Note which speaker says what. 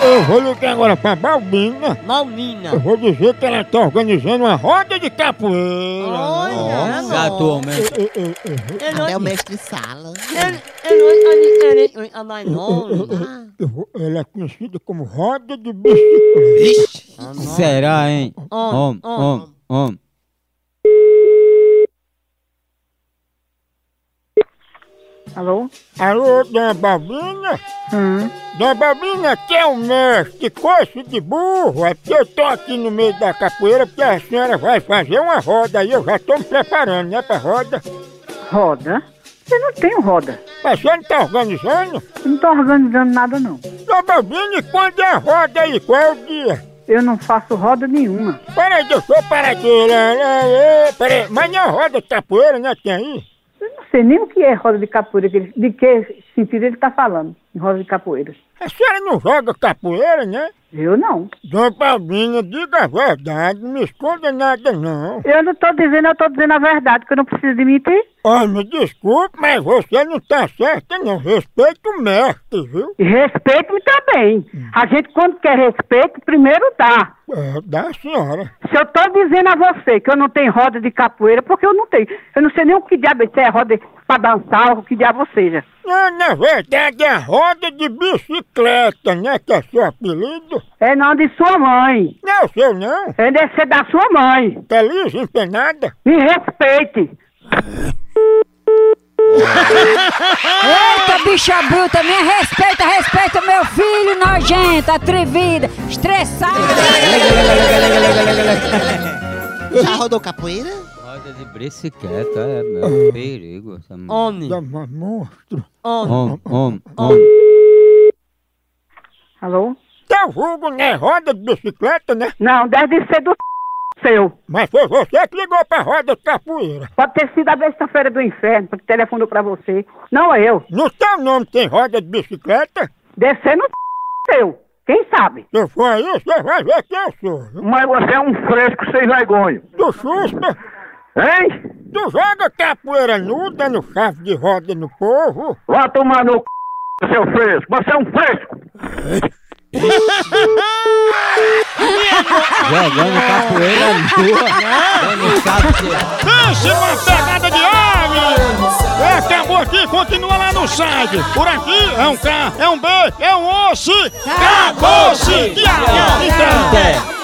Speaker 1: Eu vou ligar agora pra Balbina.
Speaker 2: Malmina.
Speaker 1: Eu vou dizer que ela tá organizando uma roda de capoeira. né? É,
Speaker 2: Olha,
Speaker 3: Nossa, atualmente.
Speaker 1: Eu, eu, eu,
Speaker 2: Eu não-
Speaker 4: Uhum. Até o mestre Sala.
Speaker 2: É, eu- eu não- eu não- eu não- eu não- eu não- eu não-
Speaker 1: eu vou- ela é conhecida como roda de bicicleta.
Speaker 3: Será, hein? Hum,
Speaker 2: Om,
Speaker 3: Om, om, om.
Speaker 5: Alô?
Speaker 1: Alô, Dona Babina?
Speaker 5: Hum.
Speaker 1: Dona Babina, que é o mestre coice de burro? É porque eu tô aqui no meio da capoeira porque a senhora vai fazer uma roda aí. Eu já tô me preparando, né, pra roda.
Speaker 5: Roda? Eu não tenho roda.
Speaker 1: A senhora não tá organizando?
Speaker 5: Eu não tô organizando nada, não.
Speaker 1: Dona Babina, e quando é a roda aí? Qual é o dia?
Speaker 5: Eu não faço roda nenhuma.
Speaker 1: Peraí, deixa eu parar aqui. Lá, lá, lá. Peraí, mas não é roda de capoeira, né, que tem aí?
Speaker 5: Eu não sei nem o que é roda de capoeira, que ele- de que sentido ele tá falando, em roda de capoeira.
Speaker 1: A senhora não joga capoeira, né?
Speaker 5: Eu não.
Speaker 1: Dona Paulina, diga a verdade, não me esconda nada não.
Speaker 5: Eu não tô dizendo, eu tô dizendo a verdade, que eu não preciso admitir.
Speaker 1: Ó, me desculpe, mas você não tá certa não. Respeita o mestre, viu?
Speaker 5: E Respeito-me também. A gente, quando quer respeito, primeiro dá.
Speaker 1: É, da senhora.
Speaker 5: Se eu tô dizendo a você que eu não tenho roda de capoeira, porque eu não tenho. Eu não sei nem o que diabo isso é roda pra dançar, ou o que diabo seja.
Speaker 1: Não, na verdade é a roda de bicicleta, né? Que é seu apelido.
Speaker 5: É não de sua mãe.
Speaker 1: Não é o seu não.
Speaker 5: É deve ser da sua mãe.
Speaker 1: Tá liso, empenada.
Speaker 5: Me respeite.
Speaker 6: Eita, bicha bruta, me respeita, respeita meu filho nojento, atrevida, estressada.
Speaker 4: Já rodou capoeira?
Speaker 3: Roda de bicicleta, é meu perigo. Essa mulher.
Speaker 2: Omni.
Speaker 1: Dá uma monstro.
Speaker 2: Omni.
Speaker 3: Om, om, om.
Speaker 5: Alô?
Speaker 1: Teu vulgo não é roda de bicicleta, né?
Speaker 5: Não, deve ser do seu.
Speaker 1: Mas foi você que ligou pra roda de capoeira.
Speaker 5: Pode ter sido a besta-feira do inferno, porque telefonou pra você. Não eu.
Speaker 1: No teu nome tem roda de bicicleta?
Speaker 5: Deve ser no seu. Quem sabe?
Speaker 1: Se eu for aí, você vai ver quem eu sou. viu?
Speaker 5: Mas você é um fresco sem vergonha.
Speaker 1: Tu chuspa,
Speaker 5: Hein?
Speaker 1: tu joga capoeira nuda no chave de roda no povo.
Speaker 5: Vá tomar no c... seu fresco. Você é um fresco.
Speaker 3: Jogando capoeira nua. Dando cabo de-
Speaker 1: Pense uma pegada de homem! É, acabou aqui, continua lá no site. Por aqui é um K, é um B, é um osso. Acabou-se! Tchau, tchau, tchau.
Speaker 3: Até.